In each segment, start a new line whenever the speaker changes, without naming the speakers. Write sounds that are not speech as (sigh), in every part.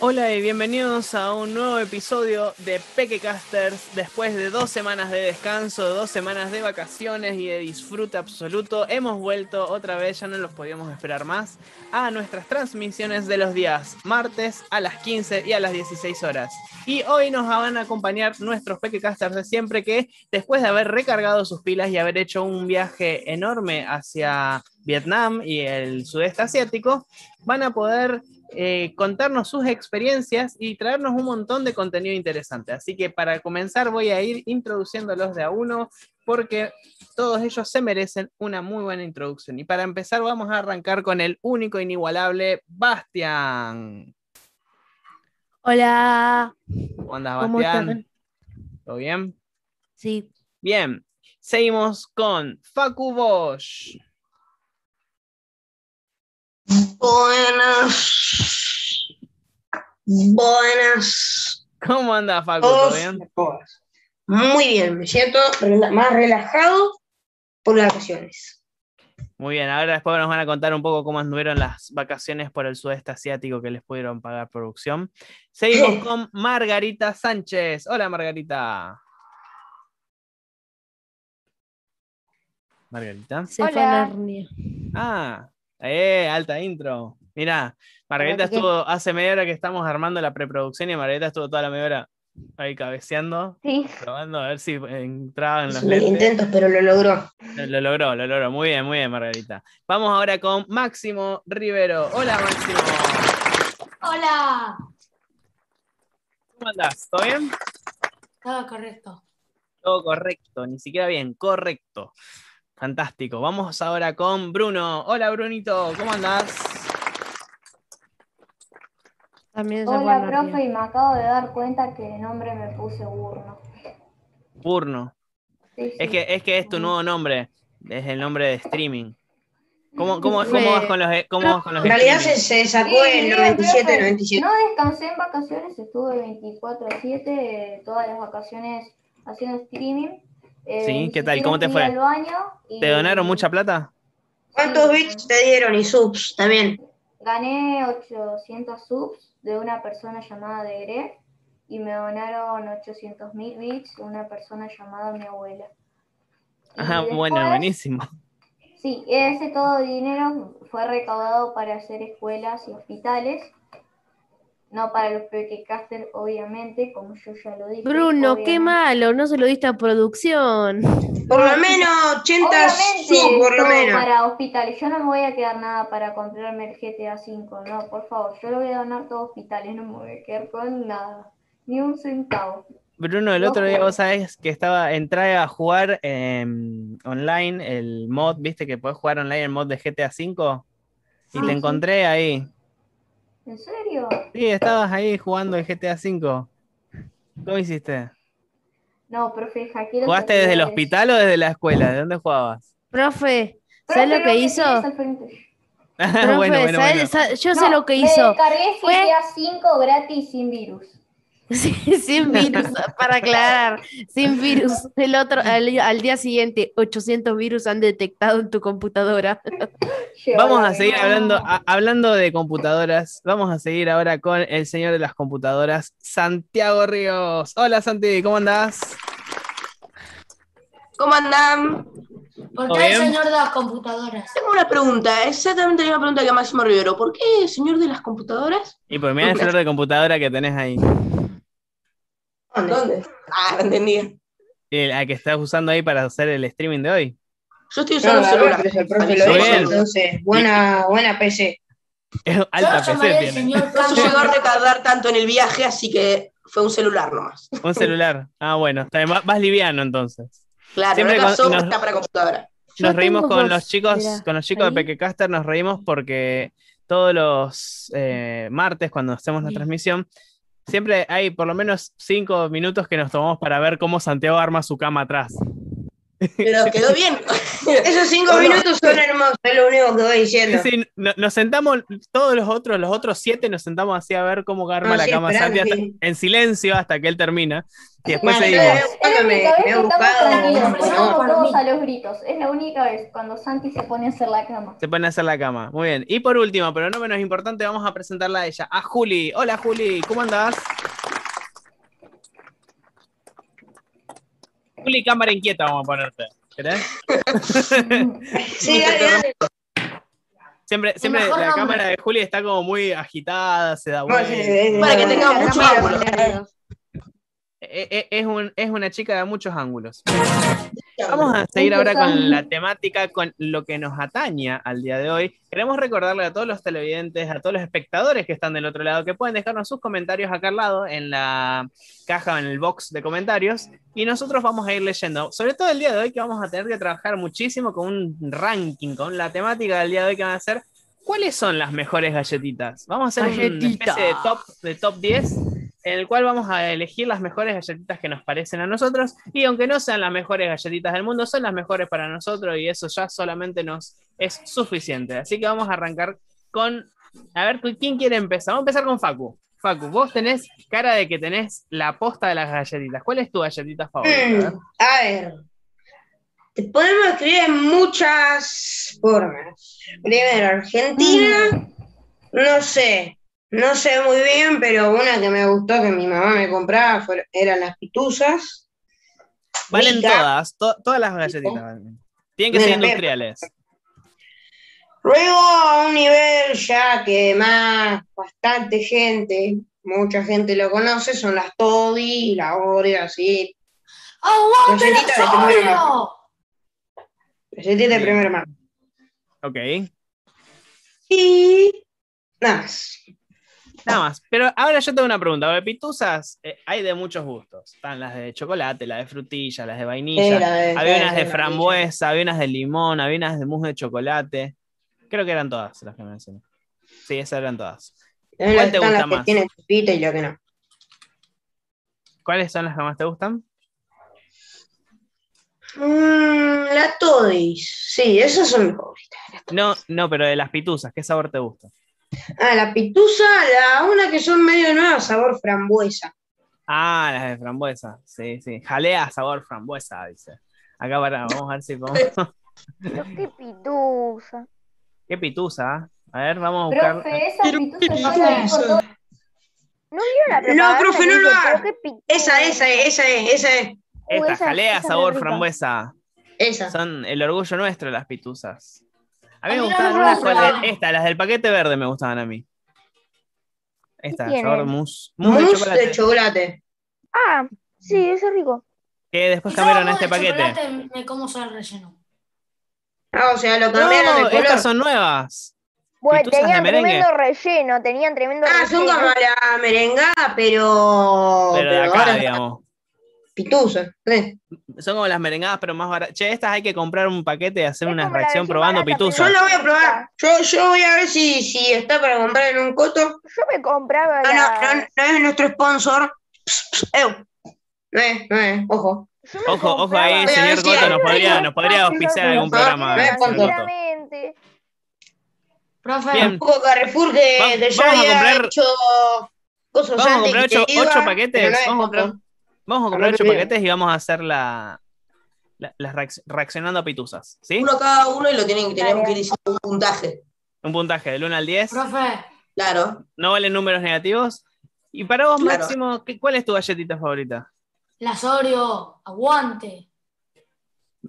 Hola y bienvenidos a un nuevo episodio de Pequecasters. Después de dos semanas de descanso, dos semanas de vacaciones y de disfrute absoluto, hemos vuelto otra vez, ya no los podíamos esperar más, a nuestras transmisiones de los días martes a las 15 y a las 16 horas. Y hoy nos van a acompañar nuestros Pequecasters de siempre que, después de haber recargado sus pilas y haber hecho un viaje enorme hacia Vietnam y el sudeste asiático, van a poder eh, contarnos sus experiencias y traernos un montón de contenido interesante. Así que para comenzar voy a ir introduciéndolos de a uno porque todos ellos se merecen una muy buena introducción. Y para empezar vamos a arrancar con el único inigualable Bastian.
Hola.
¿Cómo andas, Bastian? ¿Todo bien?
Sí.
Bien. Seguimos con Facu Bosch.
Buenas. Buenas.
¿Cómo anda, Facu? ¿Todo
Todos
bien?
y todas. Muy bien, me siento rela- más relajado por las vacaciones.
Muy bien, ahora después nos van a contar un poco cómo anduvieron las vacaciones por el sudeste asiático que les pudieron pagar producción. Seguimos con Margarita Sánchez. Hola, Margarita. Margarita.
Se fue
Hola.
a Narnia.
Ah, eh, alta intro. Mirá, Margarita
Hola, ¿qué?
estuvo hace media hora que estamos armando la preproducción y Margarita estuvo toda la media hora ahí cabeceando,
Sí,
probando a ver si entraba en los
Los
lentes.
intentos, pero lo logró.
Lo, lo logró, lo logró. Muy bien, muy bien, Margarita. Vamos ahora con Máximo Rivero. Hola, Máximo.
Hola.
¿Cómo andás? ¿Todo bien?
Todo Ah, correcto.
Todo correcto, ni siquiera bien, correcto. Fantástico. Vamos ahora con Bruno. Hola, Brunito. ¿Cómo andás?
También se fue a
hola
Narnia.
profe, y me acabo de dar cuenta que de nombre me puse burno.
Burno.
Sí,
Es
sí.
que, es que es tu nuevo nombre. Es el nombre de streaming. ¿Cómo, cómo,
Sí.
cómo vas con los, eh, cómo vas con los
En realidad se,
streaming?
se
Sí,
sacó el
bien,
97,
profe.
97.
No descansé en vacaciones, estuve 24-7, eh, todas las vacaciones haciendo streaming. Eh,
Sí,
ni
¿qué tal?
siquiera
¿Cómo te
fui
fue?
al baño y
¿Te donaron mucha plata?
¿Cuántos bits te dieron y subs también?
Gané 800 subs de una persona llamada Degre y me donaron 800.000 bits de una persona llamada mi abuela. Y
Ajá, Ah, bueno,
después-
buenísimo.
Sí, ese todo dinero fue recaudado para hacer escuelas y hospitales, no para los Pequecasters, obviamente, como yo ya lo dije.
Bruno, qué
obviamente.
malo, no se lo diste a producción. (laughs)
Por lo menos 80
Obviamente,
subs, por lo
todo
menos.
para hospitales. Yo no me voy a quedar nada para comprarme el GTA V, no, por favor. Yo lo voy a donar todo a hospitales, no me voy a quedar con nada. Ni un centavo.
Bruno, el
No
otro día
juego.
vos sabés que estaba, entré a jugar em, online el mod, viste que podés jugar online el mod de GTA V y
Ah,
te
sí.
encontré ahí.
¿En serio?
Sí, estabas ahí jugando el GTA V. ¿Cómo hiciste?
No, profe, hackeé los
¿Jugaste desde el
servidores.
hospital o desde la escuela? ¿De dónde jugabas? (laughs)
Profe,
Profe,
¿sabes lo que hizo? (laughs)
tienes al frente.
Profe, ¿sabes- sa- yo sé
No,
lo que
Me
hizo. (laughs)
descargué
Fue-
GTA V gratis sin virus.
Sí, sin virus, para aclarar, sin virus. El (laughs) otro, al, al día siguiente, 800 virus han detectado en tu computadora.
Vamos a seguir hablando, a- hablando de computadoras. Vamos a seguir ahora con el señor de las computadoras, Santiago Ríos. Hola Santi, ¿cómo andás?
¿Cómo andan?
¿Todo
¿Por qué el
bien?
señor de las computadoras?
Tengo una pregunta, exactamente la misma pregunta que Máximo Rivero. ¿Por qué, señor de las computadoras?
Y pues mira el señor de computadora que tenés ahí.
¿Dónde? Ah, no entendía.
El- la que estás usando ahí para hacer el streaming de hoy. (laughs)
Yo estoy usando el celular.
el profe
lo dijo,
entonces, buena, buena PC.
Alta
Yo llamaré
PC
el
tiene.
Pues
señor
No se
Campos.
llegó a retardar tanto en el viaje, así que fue un celular nomás.
Un celular. Ah, bueno. está bien, va- Vas liviano entonces.
Claro,
Siempre
no
con-
alcanzó,
nos-
está para computadora.
Yo
Nos reímos
tengo
con
dos,
los chicos,
mirá,
con los chicos
ahí.
de Pequecaster, nos reímos porque todos los eh, martes, cuando hacemos la
Sí.
transmisión, siempre hay por lo menos cinco minutos que nos tomamos para ver cómo Santiago arma su cama atrás.
Pero quedó bien.
Esos cinco minutos son hermosos, es lo único que voy diciendo.
Sí, no- nos sentamos, todos los otros, los otros siete, nos sentamos así a ver cómo arma
Ah,
la
sí,
cama
esperando,
Santi hasta-
sí.
en silencio hasta que él termina. Y después
Bueno,
seguimos.
eh, Cuando me-
Es la única
me
vez
he
que estamos
buscado
tranquilos,
un
nos
buen
vamos
horno.
todos a los gritos. Es la única vez cuando Santi se pone a hacer la
(laughs)
cama.
Se pueden hacer la cama. Muy bien. Y por último, pero no menos importante, vamos a presentarla a ella, a Juli. Hola Juli, ¿cómo andás? Juli, cámara inquieta, vamos a ponerte. ¿Querés?
Mm.
Sí, dale, dale.
Siempre, siempre
mejor
la
nombre.
cámara de Juli está como muy agitada, se da
Bueno, sí,
vuelta.
sí, sí.
eh,
Para que tenga
Estamos
mucho
nerviosos.
ángulo.
Eh, eh, es, un- es una chica de muchos ángulos. (laughs) Vamos a seguir ahora con la temática, con lo que nos atañe al día de hoy. Queremos recordarle a todos los televidentes, a todos los espectadores que están del otro lado, que pueden dejarnos sus comentarios acá al lado, en la caja, o en el box de comentarios, y nosotros vamos a ir leyendo. Sobre todo el día de hoy, que vamos a tener que trabajar muchísimo con un ranking, con la temática del día de hoy que van a ser. ¿Cuáles son las mejores galletitas? Vamos a hacer una
Galletitas.
especie de top, de top 10 en el cual vamos a elegir las mejores galletitas que nos parecen a nosotros, y aunque no sean las mejores galletitas del mundo, son las mejores para nosotros y eso ya solamente nos es suficiente. Así que vamos a arrancar con, a ver, cu- ¿quién quiere empezar? Vamos a empezar con Facu. Facu, vos tenés cara de que tenés la aposta de las galletitas. ¿Cuál es tu galletita favorita?
Mm, A ver. Te podemos escribir en muchas formas. Primero, Argentina. No sé. No sé muy bien, pero una que me gustó que mi mamá me compraba fue- eran las pituzas.
Valen
Mica.
todas, to- todas las galletitas. valen. Tienen que
Me
ser
la pego.
industriales.
Luego a un nivel ya que más bastante gente, mucha gente lo conoce, son las Toddy, las Oreo, así,
¡Ah,
Pues
¡Aguante
Galletita de
los
primera.
Oreo!
galletitas de
Sí.
primer mano.
Ok,
Y nada más.
nada más. Pero ahora yo tengo una pregunta. De pituzas eh, hay de muchos gustos. Están las de chocolate, las de frutilla, las de vainilla.
Era de-
Había
era
unas de
la
frambuesa, había unas de limón, había unas de mousse de chocolate. Creo que eran todas las que me mencioné. Sí, esas eran todas.
Era-
¿Cuál te
están
gusta
Eh, las que
más?
tienen pepita y la que no.
¿Cuáles son las que más te gustan?
Mm, la Toddy, sí, esas son mis favoritas.
No, no, pero de las pituzas, ¿qué sabor te gusta?
Ah, la pitusa, la una que son medio nuevas, sabor frambuesa.
Ah, las de frambuesa. Sí, sí. Jalea sabor frambuesa, dice. Acá para, vamos a ver si podemos.
qué pitusa.
¿Qué pituza? ah? A ver, vamos a buscar.
Profe, esa actitud se
pizza.
pasa ahí por todo.
¿No vieron la
No,
propaganda
profe,
que
no lo
dice,
haga.
pero qué pitusa?
Esa, esa, es, esa es, esa es,
Esta,
esa-
jalea
esa me
sabor
rica.
frambuesa.
esa.
Son el orgullo nuestro las pituzas. A mí me
A mí no me
gustaban unas con
gusta.
el- esta, las del paquete verde me gustaban a mí. Esta,
tienen?
sabor mousse. Mousse de
Mousse
chocolate.
de chocolate.
Ah,
Mm.
sí, eso es rico.
que después
Y
cambiaron a
yo
este
de
paquete.
chocolate Me como solo el relleno.
Ah, o sea, lo cambiaron
No,
de color. Ah,
estas son nuevas.
Bueno,
Pituzas de
tenían
merengue.
tremendo relleno, tenían tremendo
Ah, son
relleno.
como la merengada, pero.
Pero de
ahora
acá,
es
digamos.
pitusa. ¿eh? sí.
Son como las merengadas, pero más baratas. Che, estas hay que comprar un paquete y hacer
Es
una
como la
reacción
versión
probando
barata, pero-
pituzas.
Yo la voy a probar. Yo, yo voy a ver si, si está para comprar en un coto. Ah,
Yo me compraba
No, no, no,
la-
no es nuestro sponsor. Ps, ps, eu. No es, no es, ojo.
yo me
Ojo, ojo
compraba-
ahí,
Voy a ver
señor
si
Coto,
hay-
nos podría, nos podría auspiciar algún
No,
programa.
no,
señor
no.
Cotto.
(laughs)
Sinceramente.
Profe,
Bien,
Un poco Carrefour que,
Va-
que ya
vamos a
había
comprar-
hecho
vamos
cosas
a
antes
comprar
que te
ocho-
iba,
ocho paquetes,
pero no es
vamos a
Coto.
comprar- vamos a comprar
Hablando
ocho
bien.
paquetes y vamos a hacer la, la- las reacc- reaccionando a pituzas. ¿Sí?
uno cada uno y lo tienen que tenemos
Dale.
que ir diciendo un puntaje.
Un puntaje del 1 al 10.
profe,
Claro.
No valen números negativos. Y para vos,
Claro.
Máximo, ¿qué- ¿cuál es tu galletita favorita?
las Oreo, aguante.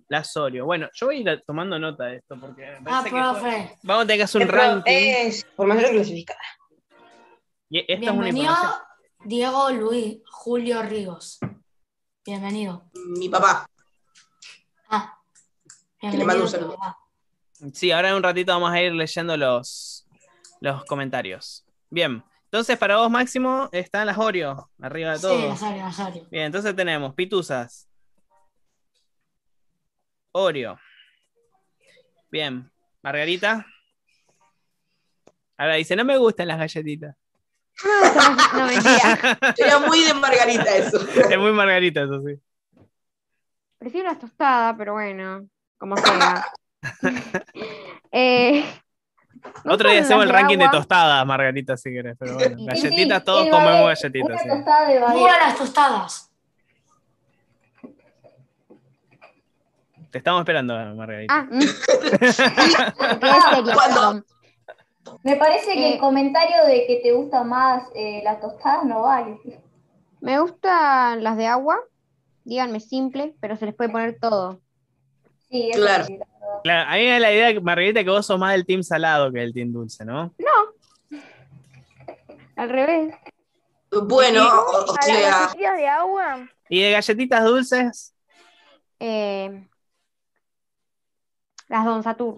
Las Oreo. Bueno, yo voy a ir tomando nota de esto porque me
Ah,
parece que
profe.
vamos a tener que hacer un
Pero
ranking.
Es formación clasificada.
y esto es una
Bienvenido,
información.
Diego Luis Julio Ríos. Bienvenido.
Mi papá.
Ah,
le
bienvenido. ah,
mando un saludo.
papá.
Sí, ahora en un ratito vamos a ir leyendo los, los comentarios. Bien, entonces para vos, Máximo, están las Oreo, arriba de
Sí,
todo.
las Oreo, las Oreo.
Bien, entonces tenemos Pituzas. Oreo. Bien, Margarita. Ahora dice, no me gustan las galletitas.
No, mentira.
Era muy de Margarita eso.
Es muy Margarita, eso sí.
Prefiero las tostadas, pero bueno.
¿Cómo suena? (laughs) eh, ¿no
Otro día
son
hacemos el
las de
ranking de
agua?
tostadas, Margarita, si querés. Pero bueno,
Sí,
galletitas,
sí,
todos
el
comemos
baguette,
galletitas.
Una
sí.
tostada de
¡Viva
baguette.
las tostadas!
Te estamos esperando, Margarita.
Ah, mm. Me quedé seria,
Cuando-
perdón.
Me parece que
Eh.
el comentario de que te gusta más eh, las tostadas no vale.
Me gustan las de agua. Díganme simple, pero se les puede poner todo.
Sí, eso
Claro.
sí, la verdad.
Claro, a mí me da la idea, Margarita, que vos sos más del team salado que del team dulce, ¿no?
Al revés.
Bueno, o, o
A
ah.
las
sea,
botellas de agua.
Y de galletitas dulces,
Eh, las Don Satur.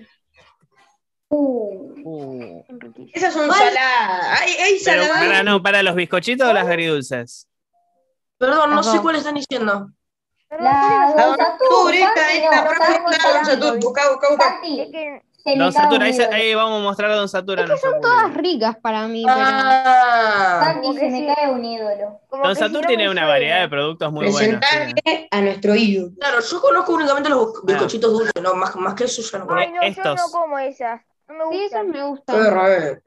Uh,
uh,
Esas son
¿Cuál?
saladas. Hay, hay
pero
saladas.
para, no, para los bizcochitos o las agridulces.
perdón, no
Ajá.
sé cuál están diciendo.
la
La
Don Satur,
Satur, esta,
Santi,
esta
no,
profe
Santi,
está Don Satur.
Santi,
Busca, busca, busca.
Es
Santi,
que
se me
Don
cae un
Satura, ahí, se-
ídolo.
ahí vamos a mostrar a Don Satura. a nuestro público.
Todas ricas para mí, pero
Ah,
Santi,
Como
se
que
me
sí.
cae un ídolo.
como
Don
que
Satur
hicieron
tiene
un
una
sueño.
variedad de productos muy buenos.
Presentarle
sí.
a nuestro ídolo.
claro, yo conozco únicamente los bizcochitos dulces, no, más, más que eso ya
(laughs)
no conozco.
Ay, no, yo
Estos.
no como esas. No me
sí,
gustan.
esas me gustan.
Perro, eh.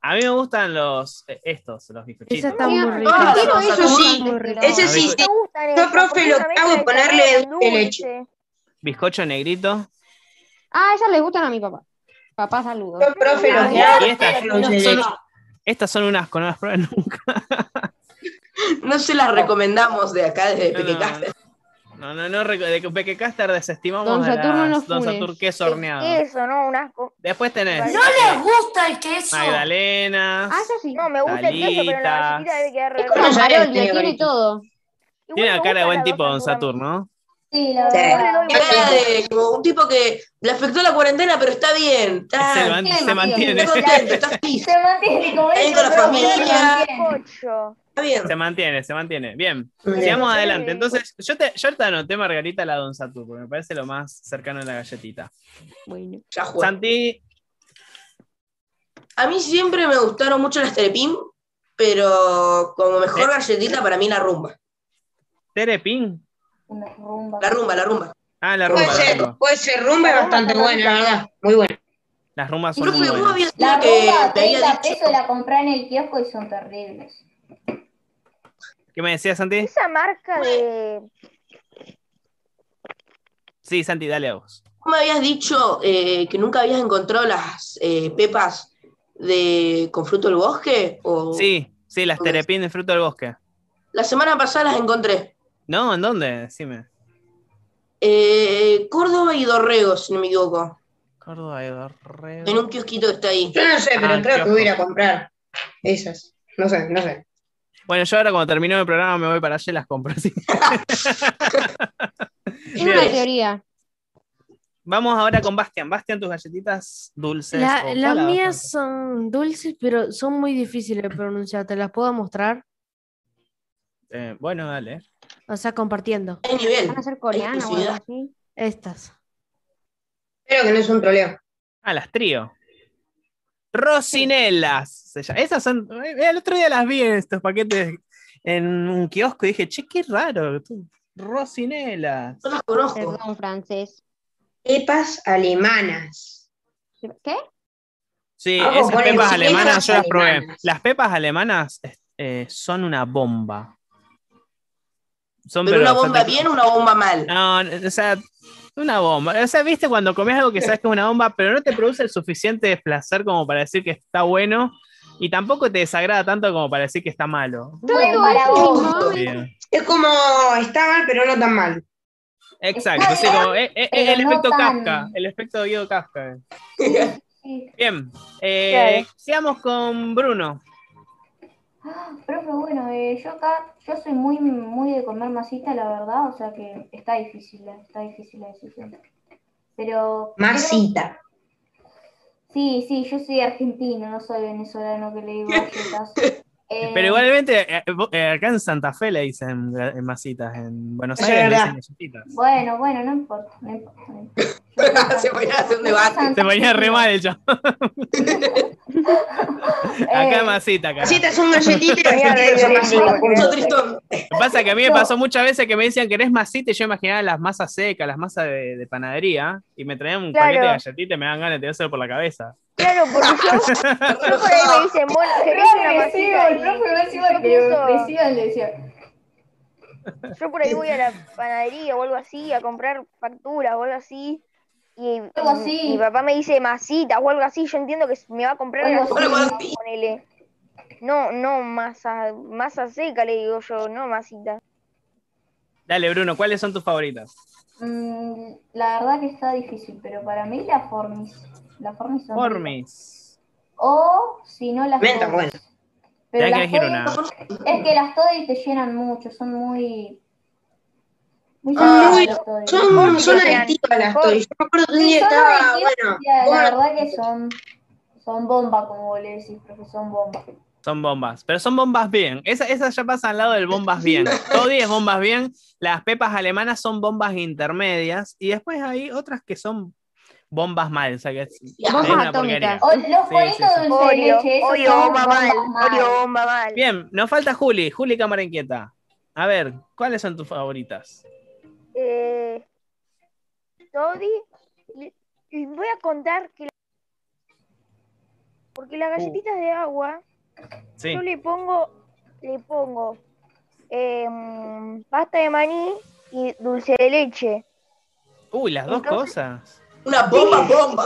A mí me gustan los eh, estos, los
(laughs)
bizcochitos.
Esas están muy
Digan-
ricas.
Ah,
Quiero
Don
esas,
Satur.
están muy ricas.
Ese
Ah,
sí,
bizco-
sí.
me gustan
Yo,
esas,
profe,
porque
lo
una
que
mezcla
hago es
de
ponerle
café
de
con dulce.
leche.
Bizcocho negrito.
Ah, esas les gustan a mi papá. Papá, saludos.
Yo, profe, lo que
Ah,
hago
y
es
estas
ponerle dulce de
son-
leche.
Estas son unas con las pruebas
(laughs)
nunca.
No se las recomendamos de acá desde
No, no,
Pequecaste.
No, no, no, recu- de que Pequecaster desestimamos
Don
a
Saturno
las-
nos
Don
fune.
Satur queso horneado.
Eso, no, un asco.
Después tenés
¡No les gusta el queso!
Magdalenas.
Ah, esas sí.
No, me gusta el queso, pero la galletita debe quedar re
Es como
No sabía que
Marolio,
tenía
tiene
gorrito.
todo.
Igual
Tiene
me
la cara de
gustan
buen
las
tipo
dos
Don
Saturno.
Saturno.
Sí, la
Sí.
Yo le
verdad.
doy
Cara
más.
de como un tipo que le afectó la cuarentena, pero está bien.
Se,
Está,
man-
tiene
se
mantiene.
mantiene,
está contento, está feliz.
Se mantiene como
Ahí
eso,
con la
pero
familia.
se mantiene.
Bizcocho.
Está bien.
se mantiene, se mantiene. Bien,
Bien.
sigamos adelante. Entonces, yo te, yo te anoté Margarita la Don Satur, porque me parece lo más cercano a la galletita.
Bueno.
Ya jugué.
Santi,
A mí siempre me gustaron mucho las Telepim, pero como mejor
Eh.
galletita para mí la rumba.
Terepin.
Una rumba.
La rumba, la rumba.
Ah, la rumba.
Puede
la
ser,
rumba.
puede ser rumba es bastante buena, la verdad. Muy buena.
Las rumbas son
Creo
muy
que vos
buenas.
habías
La
dicho que
rumba,
eh, te había
30
dicho.
pesos la compré en el kiosco y son terribles.
¿Qué me decías, Santi?
Esa marca
(laughs)
de.
Sí, Santi, dale a vos.
Vos me habías dicho eh, que nunca habías encontrado las eh, pepas de con fruto del bosque. O...
Sí, sí, las
Ok.
terepin de fruto del bosque.
La semana pasada las encontré.
No, ¿en dónde? Decime.
Eh, Córdoba y Dorrego, si no me equivoco.
Córdoba y Dorrego.
En un kiosquito que está ahí.
Yo no sé, pero
Ah,
creo que
kiosco.
voy a ir a comprar esas. No sé, no sé.
Bueno, yo ahora cuando termino el programa me voy para allá y las compro. sí.
Es una
Bien,
teoría.
Vamos ahora con Bastian. Bastian, tus galletitas dulces.
La-
o
las
saladas,
mías son dulces, pero son muy difíciles de pronunciar. ¿Te las puedo mostrar?
Eh, bueno, dale.
O sea, compartiendo.
Hay nivel.
Van a ser coreanas o algo
exclusividad.
así.
Estas.
Creo que no es un troleo.
Ah, las trío. Rosinelas. se llama. Esas son. eh, El otro día las vi en estos paquetes en un kiosco y dije, che, qué raro. tú, Rosinelas.
No las conozco.
Perdón, francés.
Pepas alemanas.
¿Qué?
Sí,
Ah,
Ojo,
esas
con el
pepas
chile
alemanas
esas
yo las probé.
alemanas.
Las pepas alemanas eh, son una bomba. Son
Pero una
o sea,
bomba
te-
bien o una (laughs) bomba mal.
No, n- o sea, una bomba. O sea, viste cuando comes algo que sabes que es una bomba, pero no te produce el suficiente placer como para decir que está bueno y tampoco te desagrada tanto como para decir que está malo.
Yo digo
para
eso
vos.
y mi mamá me-
Bien.
Es como está mal, pero no tan mal.
Exacto, sí, como, eh, eh,
Pero
el
no
efecto
tan.
Kafka, el efecto Guido Kafka.
Sí.
Bien, eh, sigamos con Bruno.
Ah, profe, bueno, eh, yo acá, yo soy muy, muy de comer masita, la verdad, o sea que está difícil, la- está difícil la decisión. Pero creo-
Masita.
sí, sí, yo soy argentino, no soy venezolano que le digo
(laughs)
galletas. Eh,
Pero igualmente, eh, vo- eh, acá en Santa Fe le dicen ga- eh, masitas, en Buenos
Es
Aires le dicen
verdad.
galletitas.
Bueno, bueno, no importa, no importa. no
(laughs)
importa.
Se ponía a
(laughs)
hacer un debate.
Te ponía re mal el chabón. Acá
Eh,
masita, acá.
Masitas son galletitas y galletitas son
(laughs)
Mierda,
masitas.
Yo, Tristón.
Pasa que a mí me pasó muchas veces que me decían querés masita y yo imaginaba las masas secas, las masas de, de panadería y me traían un
Claro.
paquete de galletitas y me dan ganas de tirárselo por la cabeza.
Claro, porque yo,
(laughs)
yo por ahí me dicen, bueno, ¿querés una
profe
masita?
agresivo, el
Y
profe agresivo le
pienso-
decía, le decía,
yo por ahí voy a la panadería o algo así, a comprar facturas o algo así. Y,
Algo así.
y mi papá me dice masitas o algo así, yo entiendo que me va a comprar
Algo
algo
así.
así, ponele. No, no, masa, masa seca le digo yo, no masita.
Dale, Bruno, ¿cuáles son tus favoritas?
"Mm, la verdad que está difícil, pero para mí la formis. La formis son ricas.
Formis.
O si no las
Menta,
Toddies.
bueno.
Tenés
Pero
que
las
elegir
Toddies-
una.
Es que las toddies te llenan mucho, son muy. Muy
Ah,
saciadoras las toddies.
Son, son
que sean
adictivas las
mejor.
Toys. Yo me acuerdo que un
Sí,
día
son
estaba,
adictivas,
bueno,
tía,
¿cómo
La
las-
verdad que son. Son bomba, como vos le decís, profe, son bomba.
Son bombas, pero son bombas bien. Esa- Esas ya pasan al lado del bombas
(laughs)
bien. Toddy es bombas bien, las pepas alemanas son bombas intermedias y después hay otras que son bombas mal. O sea que es, es
Bombas
una
atómicas.
porquería.
O, los
sí,
bolitos
sí.
de dulce de
Oreo,
leche, esos
Oreo
son
bomba mal,
bombas
Oreo bomba mal.
Bien, nos falta Juli, Juli Cámara Inquieta. A ver, ¿cuáles son tus favoritas?
Eh, Toddy, y- y voy a contar que la- porque las galletitas de agua
Sí.
yo le pongo le pongo em, pasta de maní y dulce de leche.
Uy, las dos
Entonces-
cosas.
Una
(laughs)
bomba, bomba.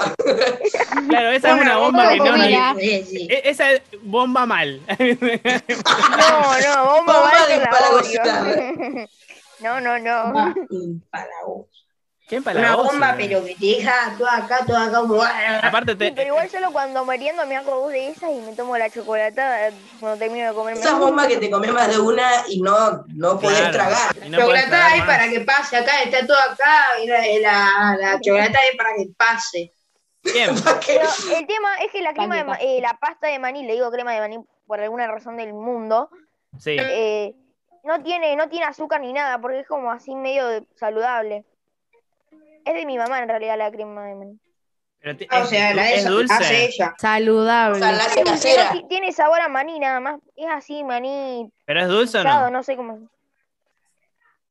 Claro, esa es una bomba que no.
mira.
Sí, eh, sí.
e- Esa es bomba mal. (laughs)
No, no, bomba
Bomba
mal
de
con la
empalagosita.
Oreo. No, no, no.
Bomba empalagosa.
Qué
Una
empalagosa.
bomba, pero que te deja todo acá, todo acá. como- ah,
Aparte, te-
Sí, pero igual solo cuando meriendo me hago dos de esas y me tomo la chocolatada cuando termino de comerme.
Esas bombas que te comes más de una y no, no podés
Claro.
tragar.
y no podés
Chocolata
tragar
ahí
más.
para que pase acá, está todo acá. y La, la, la chocolata ahí para que pase.
Bien,
Pero el tema es que la crema de ma- eh, la pasta de maní, le digo crema de maní por alguna razón del mundo,
sí.
eh, no tiene, no tiene azúcar ni nada, porque es como así medio de- saludable. Es de mi mamá en realidad la crema de maní.
Pero ti-
O
es,
sea, la
es
esa- hace
dulce,
ella.
O
Saludable.
sea, la hace
Porque no
casera.
ti- tiene sabor a maní nada más. Es así, maní
pero es dulce o
pisado,
no.
no sé cómo.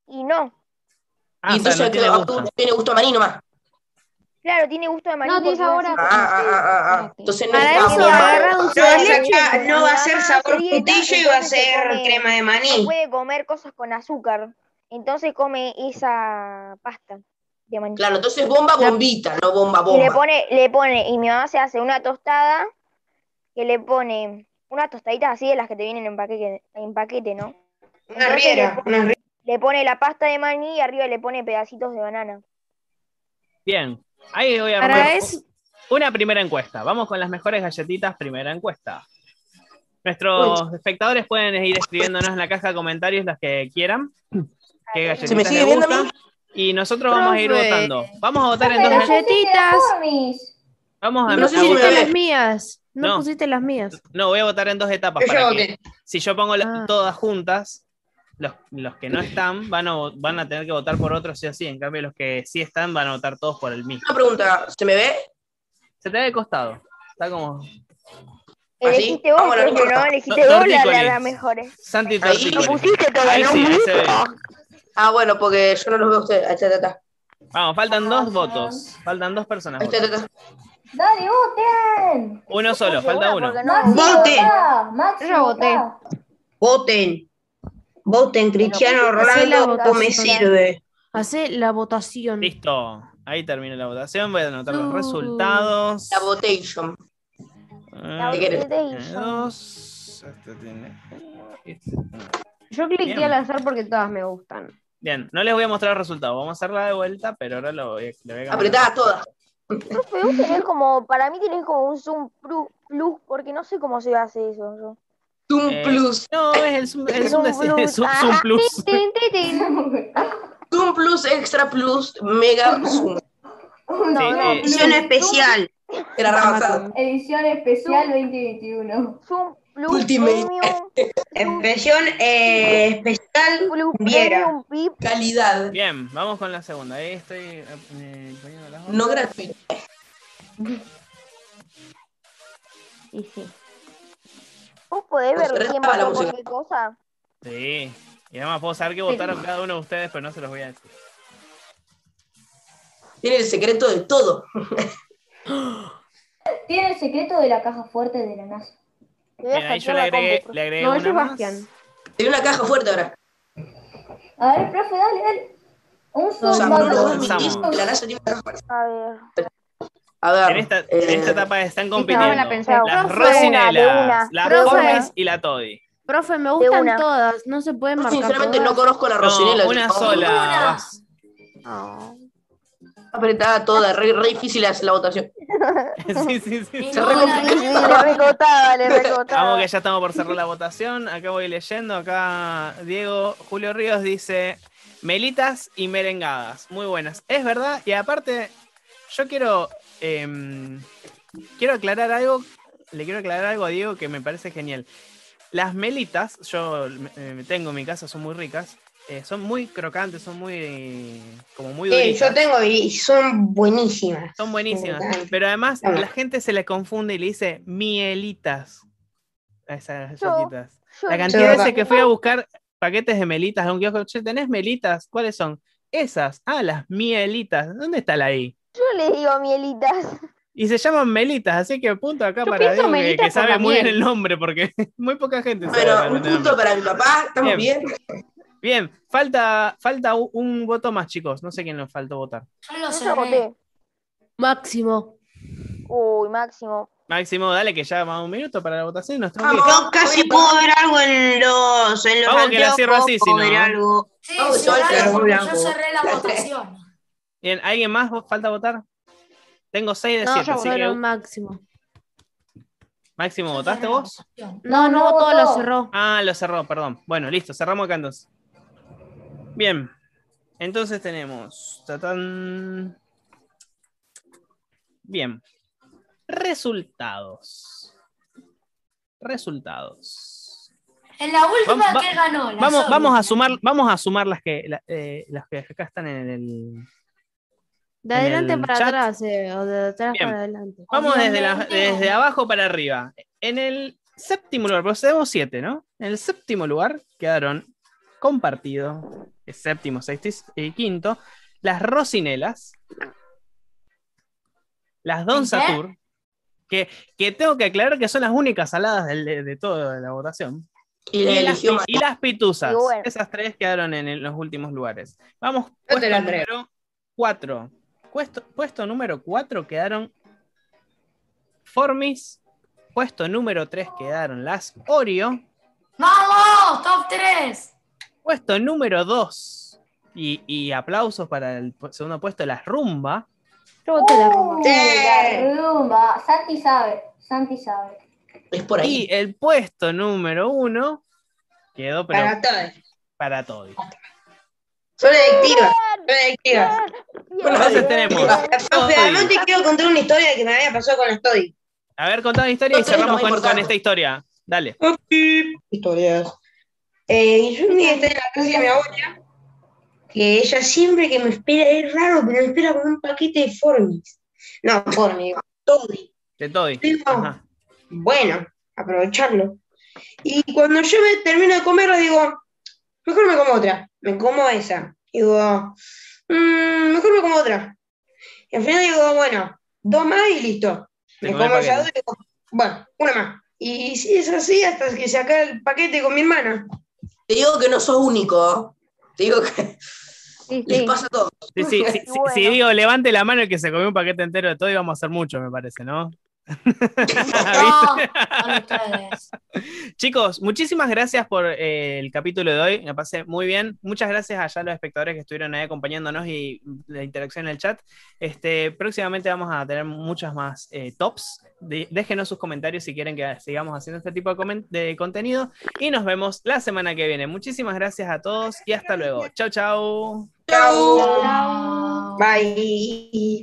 Y no,
Ah,
y
o sea,
entonces
no tiene
claro,
gusto.
tiene gusto a maní nomás.
claro, tiene gusto de maní.
No, tiene
porque
sabor
así-
Ah, ah, ah, ah, ah. Entonces no
Para
está
eso
bomba.
agarra
No,
dulce
va a
de
ser
leche.
ca- no va a ser
Ah,
sabor
sí, está,
putillo y va a
entonces se
ser
come-
crema de
no
maní.
puede comer cosas con azúcar. Entonces come esa pasta de maní.
Claro, entonces bomba, bombita, no bomba,
Y le
bomba.
pone, le pone, y mi mamá se hace una tostada que le pone unas tostaditas así de las que te vienen en paquete, en paquete, ¿no?
Una riera, una riera.
Le pone la pasta de maní y arriba le pone pedacitos de
¿Ah,
banana.
Bien. Ahí voy a
Para
armar
eso,
una primera encuesta. Vamos con las mejores galletitas, primera encuesta. Nuestros espectadores pueden ir escribiéndonos en la caja de comentarios las que quieran. ¿Qué
¿Se me
galletitas
sigue
les
viendo a
gustan?
mí?
Y nosotros vamos a ir
Profe.
votando. Vamos a votar en dos
Profe,
minutos.
Galletitas.
Formis.
Vamos a,
No sé
a
si me
votar.
pusiste
ve.
las mías. No,
No.
pusiste las mías.
No, voy a votar en dos etapas.
Yo
para
ya
que-
voté.
si yo pongo la-
Ah.
todas juntas, los, los que no están van a, vo- van a tener que votar por otros sí o sí. En cambio, los que sí están van a votar todos por el mismo.
Una pregunta, ¿se me ve?
Se te da de costado. Está como
¿Ah, sí?
Elegiste vos,
Vamos a la
Sergio,
torta.
¿no? Elegiste
Tor-
vos la,
tortícolis.
la- la mejor. ¿eh?
Santi
Ahí
Tortícolis.
lo
pusiste todo,
Ahí
¿no?
sí, ahí se ve.
Ah, bueno, porque yo no los veo a ustedes. Ahí está, ahí está,
Vamos, faltan dos votos. Faltan dos personas.
ahí está, ahí está.
Dale, voten.
Uno solo, falta uno.
Porque no-
Maxi,
Voten.
votá, Maxi,
Yo voté.
votá.
Voten. Voten, Cristiano
Pero, ¿por qué te
Ronaldo,
hace la
no me
votación?
sirve.
Hace la votación.
Listo. Ahí termina la votación. Voy a anotar los
Uh.
resultados.
La votation.
Ah,
¿Qué querés?
tiene dos. Este tiene uno, este uno.
Yo cliqué
Bien.
al azar porque todas me gustan.
Bien, no les voy a mostrar el resultado. Vamos a hacerla de vuelta, pero ahora lo voy a, le voy a cambiar.
Apretada todas.
Profe, vos tenés como, para mí tenés como un zoom plus, plus, porque no sé cómo se hace eso. yo.
Zoom
Eh,
plus.
No, es el Zoom, el (laughs) Zoom de-
Zoom Plus. Ah,
Zoom- Zoom Plus.
(laughs)
Zoom plus, extra plus, mega zoom.
(laughs)
Sí, eh,
Edición especial.
Era rebasado.
Edición especial 2021.
Zoom plus
Ultimate.
premium,
Expresión eh, especial.
plus
Viera.
premium, VIP.
Calidad.
Bien, vamos con la segunda. Ahí estoy eh, poniendo las
No
otras.
gratuito.
Y sí.
¿Vos podés ver
Pero
quién
estaba la
votó por
música.
qué cosa?
Sí. Y además puedo saber que votaron cada uno de ustedes, pero no se los voy a decir.
Tiene el secreto de todo.
Tiene el secreto de la caja fuerte de la NASA.
Me voy a
Bien, ahí yo
hackear
le
la
agregué,
compu.
le agregué
No,
una
es Sebastián.
más.
Tiene una caja fuerte ahora.
A ver, profe, dale, dale. Un
O sea, Bruno,
no,
vos
no,
mentís
no.
que la NASA tiene una caja fuerte.
A ver.
A ver.
En esta, en
eh,
esta etapa están
ahora la
compitiendo
pensaba.
las
Profe,
de
Rosinelas,
una,
las
profe.
Gómez y la Toddy.
Profe, me gustan
una.
todas, no se pueden
yo
marcar.
sinceramente no
todas.
conozco la Rosinela.
No, una sola.
Oh.
Apretada toda, re, re difícil la, la votación.
(laughs) Sí, sí, sí.
Se re complica.
Sí, le
(laughs)
recotaba, le recotaba.
Vamos que ya estamos por cerrar la votación. Acá voy leyendo. Acá Diego Julio Ríos dice melitas y merengadas. Muy buenas. Es verdad. Y aparte, yo quiero em, quiero aclarar algo. Le quiero aclarar algo a Diego que me parece genial. Las melitas, yo eh, tengo en mi casa, son muy ricas. eh, son muy crocantes, son muy como muy
Sí,
duritas.
Eh, yo tengo y son buenísimas.
Son buenísimas.
Me encantan.
Pero además
Ah.
la gente se le confunde y le dice mielitas a esas
Yo-
galletitas.
Yo- (laughs)
La cantidad de
verdad.
veces que fui a buscar paquetes de melitas a un kiosco, che, ¿tenés melitas? ¿Cuáles son? Esas. Ah, las mielitas. ¿Dónde está la I?
yo le digo (laughs) mielitas.
Y se llaman melitas, así que punto acá para
pienso
Diego, que,
melitas
que
por
sabe
la
muy bien
miel.
el nombre, porque (laughs) muy poca gente sabe.
Bueno,
el
un
nombre.
punto para mi papá. ¿Estamos
Bien.
bien?
Bien, falta, falta u- un voto más, chicos. No sé quién nos faltó votar.
(laughs)
Yo lo
Yo
sé.
ya voté.
Máximo.
Uy, máximo.
Máximo, dale que ya más un minuto para la votación. y Nos tenemos que ir.
Vamos.
Yo casi puedo ver algo en los. En los
Vamos que la
anteojos,
cierro así, si
puedo
no,
ver
¿eh?
algo.
Sí,
Vamos,
sí,
yo
dale,
cerré
porque
blanco.
yo cerré la votación.
Bien, ¿alguien más vo- falta votar? Tengo 6 de
No,
7,
yo
así
fueron
que
máximo.
máximo, ¿votaste vos?
No, no,
No, no
todo lo
votó.
cerró.
Ah, lo cerró, perdón. Bueno, listo, cerramos acá entonces. Bien. Entonces tenemos. tatán. Bien. Resultados. Resultados.
En la última
Vamos, va-
que ganó. la
Vamos,
Sony.
vamos a sumar, vamos a sumar las que la- eh, las que acá están en el.
De
en
adelante
el
para
chat.
atrás, eh, o de atrás
Bien.
para adelante.
Vamos desde, la-
Obviamente.
desde abajo para arriba. En el séptimo lugar, procedemos siete, ¿no? En el séptimo lugar quedaron compartido, el séptimo, sexto y s- y quinto, las Rosinelas, las Don
¿Qué?
Satur, que, que tengo que aclarar que son las únicas saladas del- de, de toda la votación,
Y
y
le
las,
eligió
y las Pituzas.
Y bueno.
Esas tres quedaron en, el- los últimos lugares. Vamos,
No te
puesto
la
número cuatro. Puesto, puesto número cuatro quedaron Formis. Puesto número 3 quedaron las Oreo.
¡Vamos! ¡Top
(laughs)
3!
Puesto número 2. Y, y aplausos para el pu- segundo puesto, las Rumba.
Yo voté la rumba.
Uh,
Sí.
la rumba. Santi sabe, Santi sabe.
Es por ahí.
Y el puesto número 1 quedó pero para,
Para todos.
todo.
Son adictivas. Son adictivas.
Bueno, entonces tenemos.
Profe, además
Toddy.
te quiero contar una historia que me había pasado con las Toddy.
A ver, contá una historia y
No tenés
cerramos
lo
con,
más
con
importante.
esta historia. Dale.
Historias. Eh, y yo un día estaba en la casa de mi abuela, que ella siempre que me espera, es raro, pero me espera con un paquete de Formis. No, Formis, Toddy.
De Toddy.
Digo,
Ajá.
Bueno, aprovecharlo. Y cuando yo me termino de comerla, digo, mejor me como otra, me como esa. Digo, "Mm, mejor me como otra. Y al final digo, bueno, dos más y listo.
Te
Me
comés
como esa
paquete.
dos y digo, bueno, una más. Y si es así, hasta que saca el paquete con mi hermana.
Te digo que no sos único. ¿eh? Te digo que (laughs)
Sí,
les
sí.
pasa todo.
Sí, sí, sí,
Y
sí,
bueno.
sí, digo, levante la mano el que se comió un paquete entero de Toddy, vamos a hacer mucho, me parece, ¿no? Ah,
No, con ustedes.
Chicos, muchísimas gracias por eh, el capítulo de hoy. Me pasé muy bien. Muchas gracias a ya los espectadores que estuvieron ahí acompañándonos y la interacción en el chat. Este, próximamente vamos a tener muchas más eh, tops. De- déjenos sus comentarios si quieren que sigamos haciendo este tipo de, comen- de contenido. Y nos vemos la semana que viene. Muchísimas gracias a todos y hasta luego. Chau, chau.
Chau.
Chao.
Bye.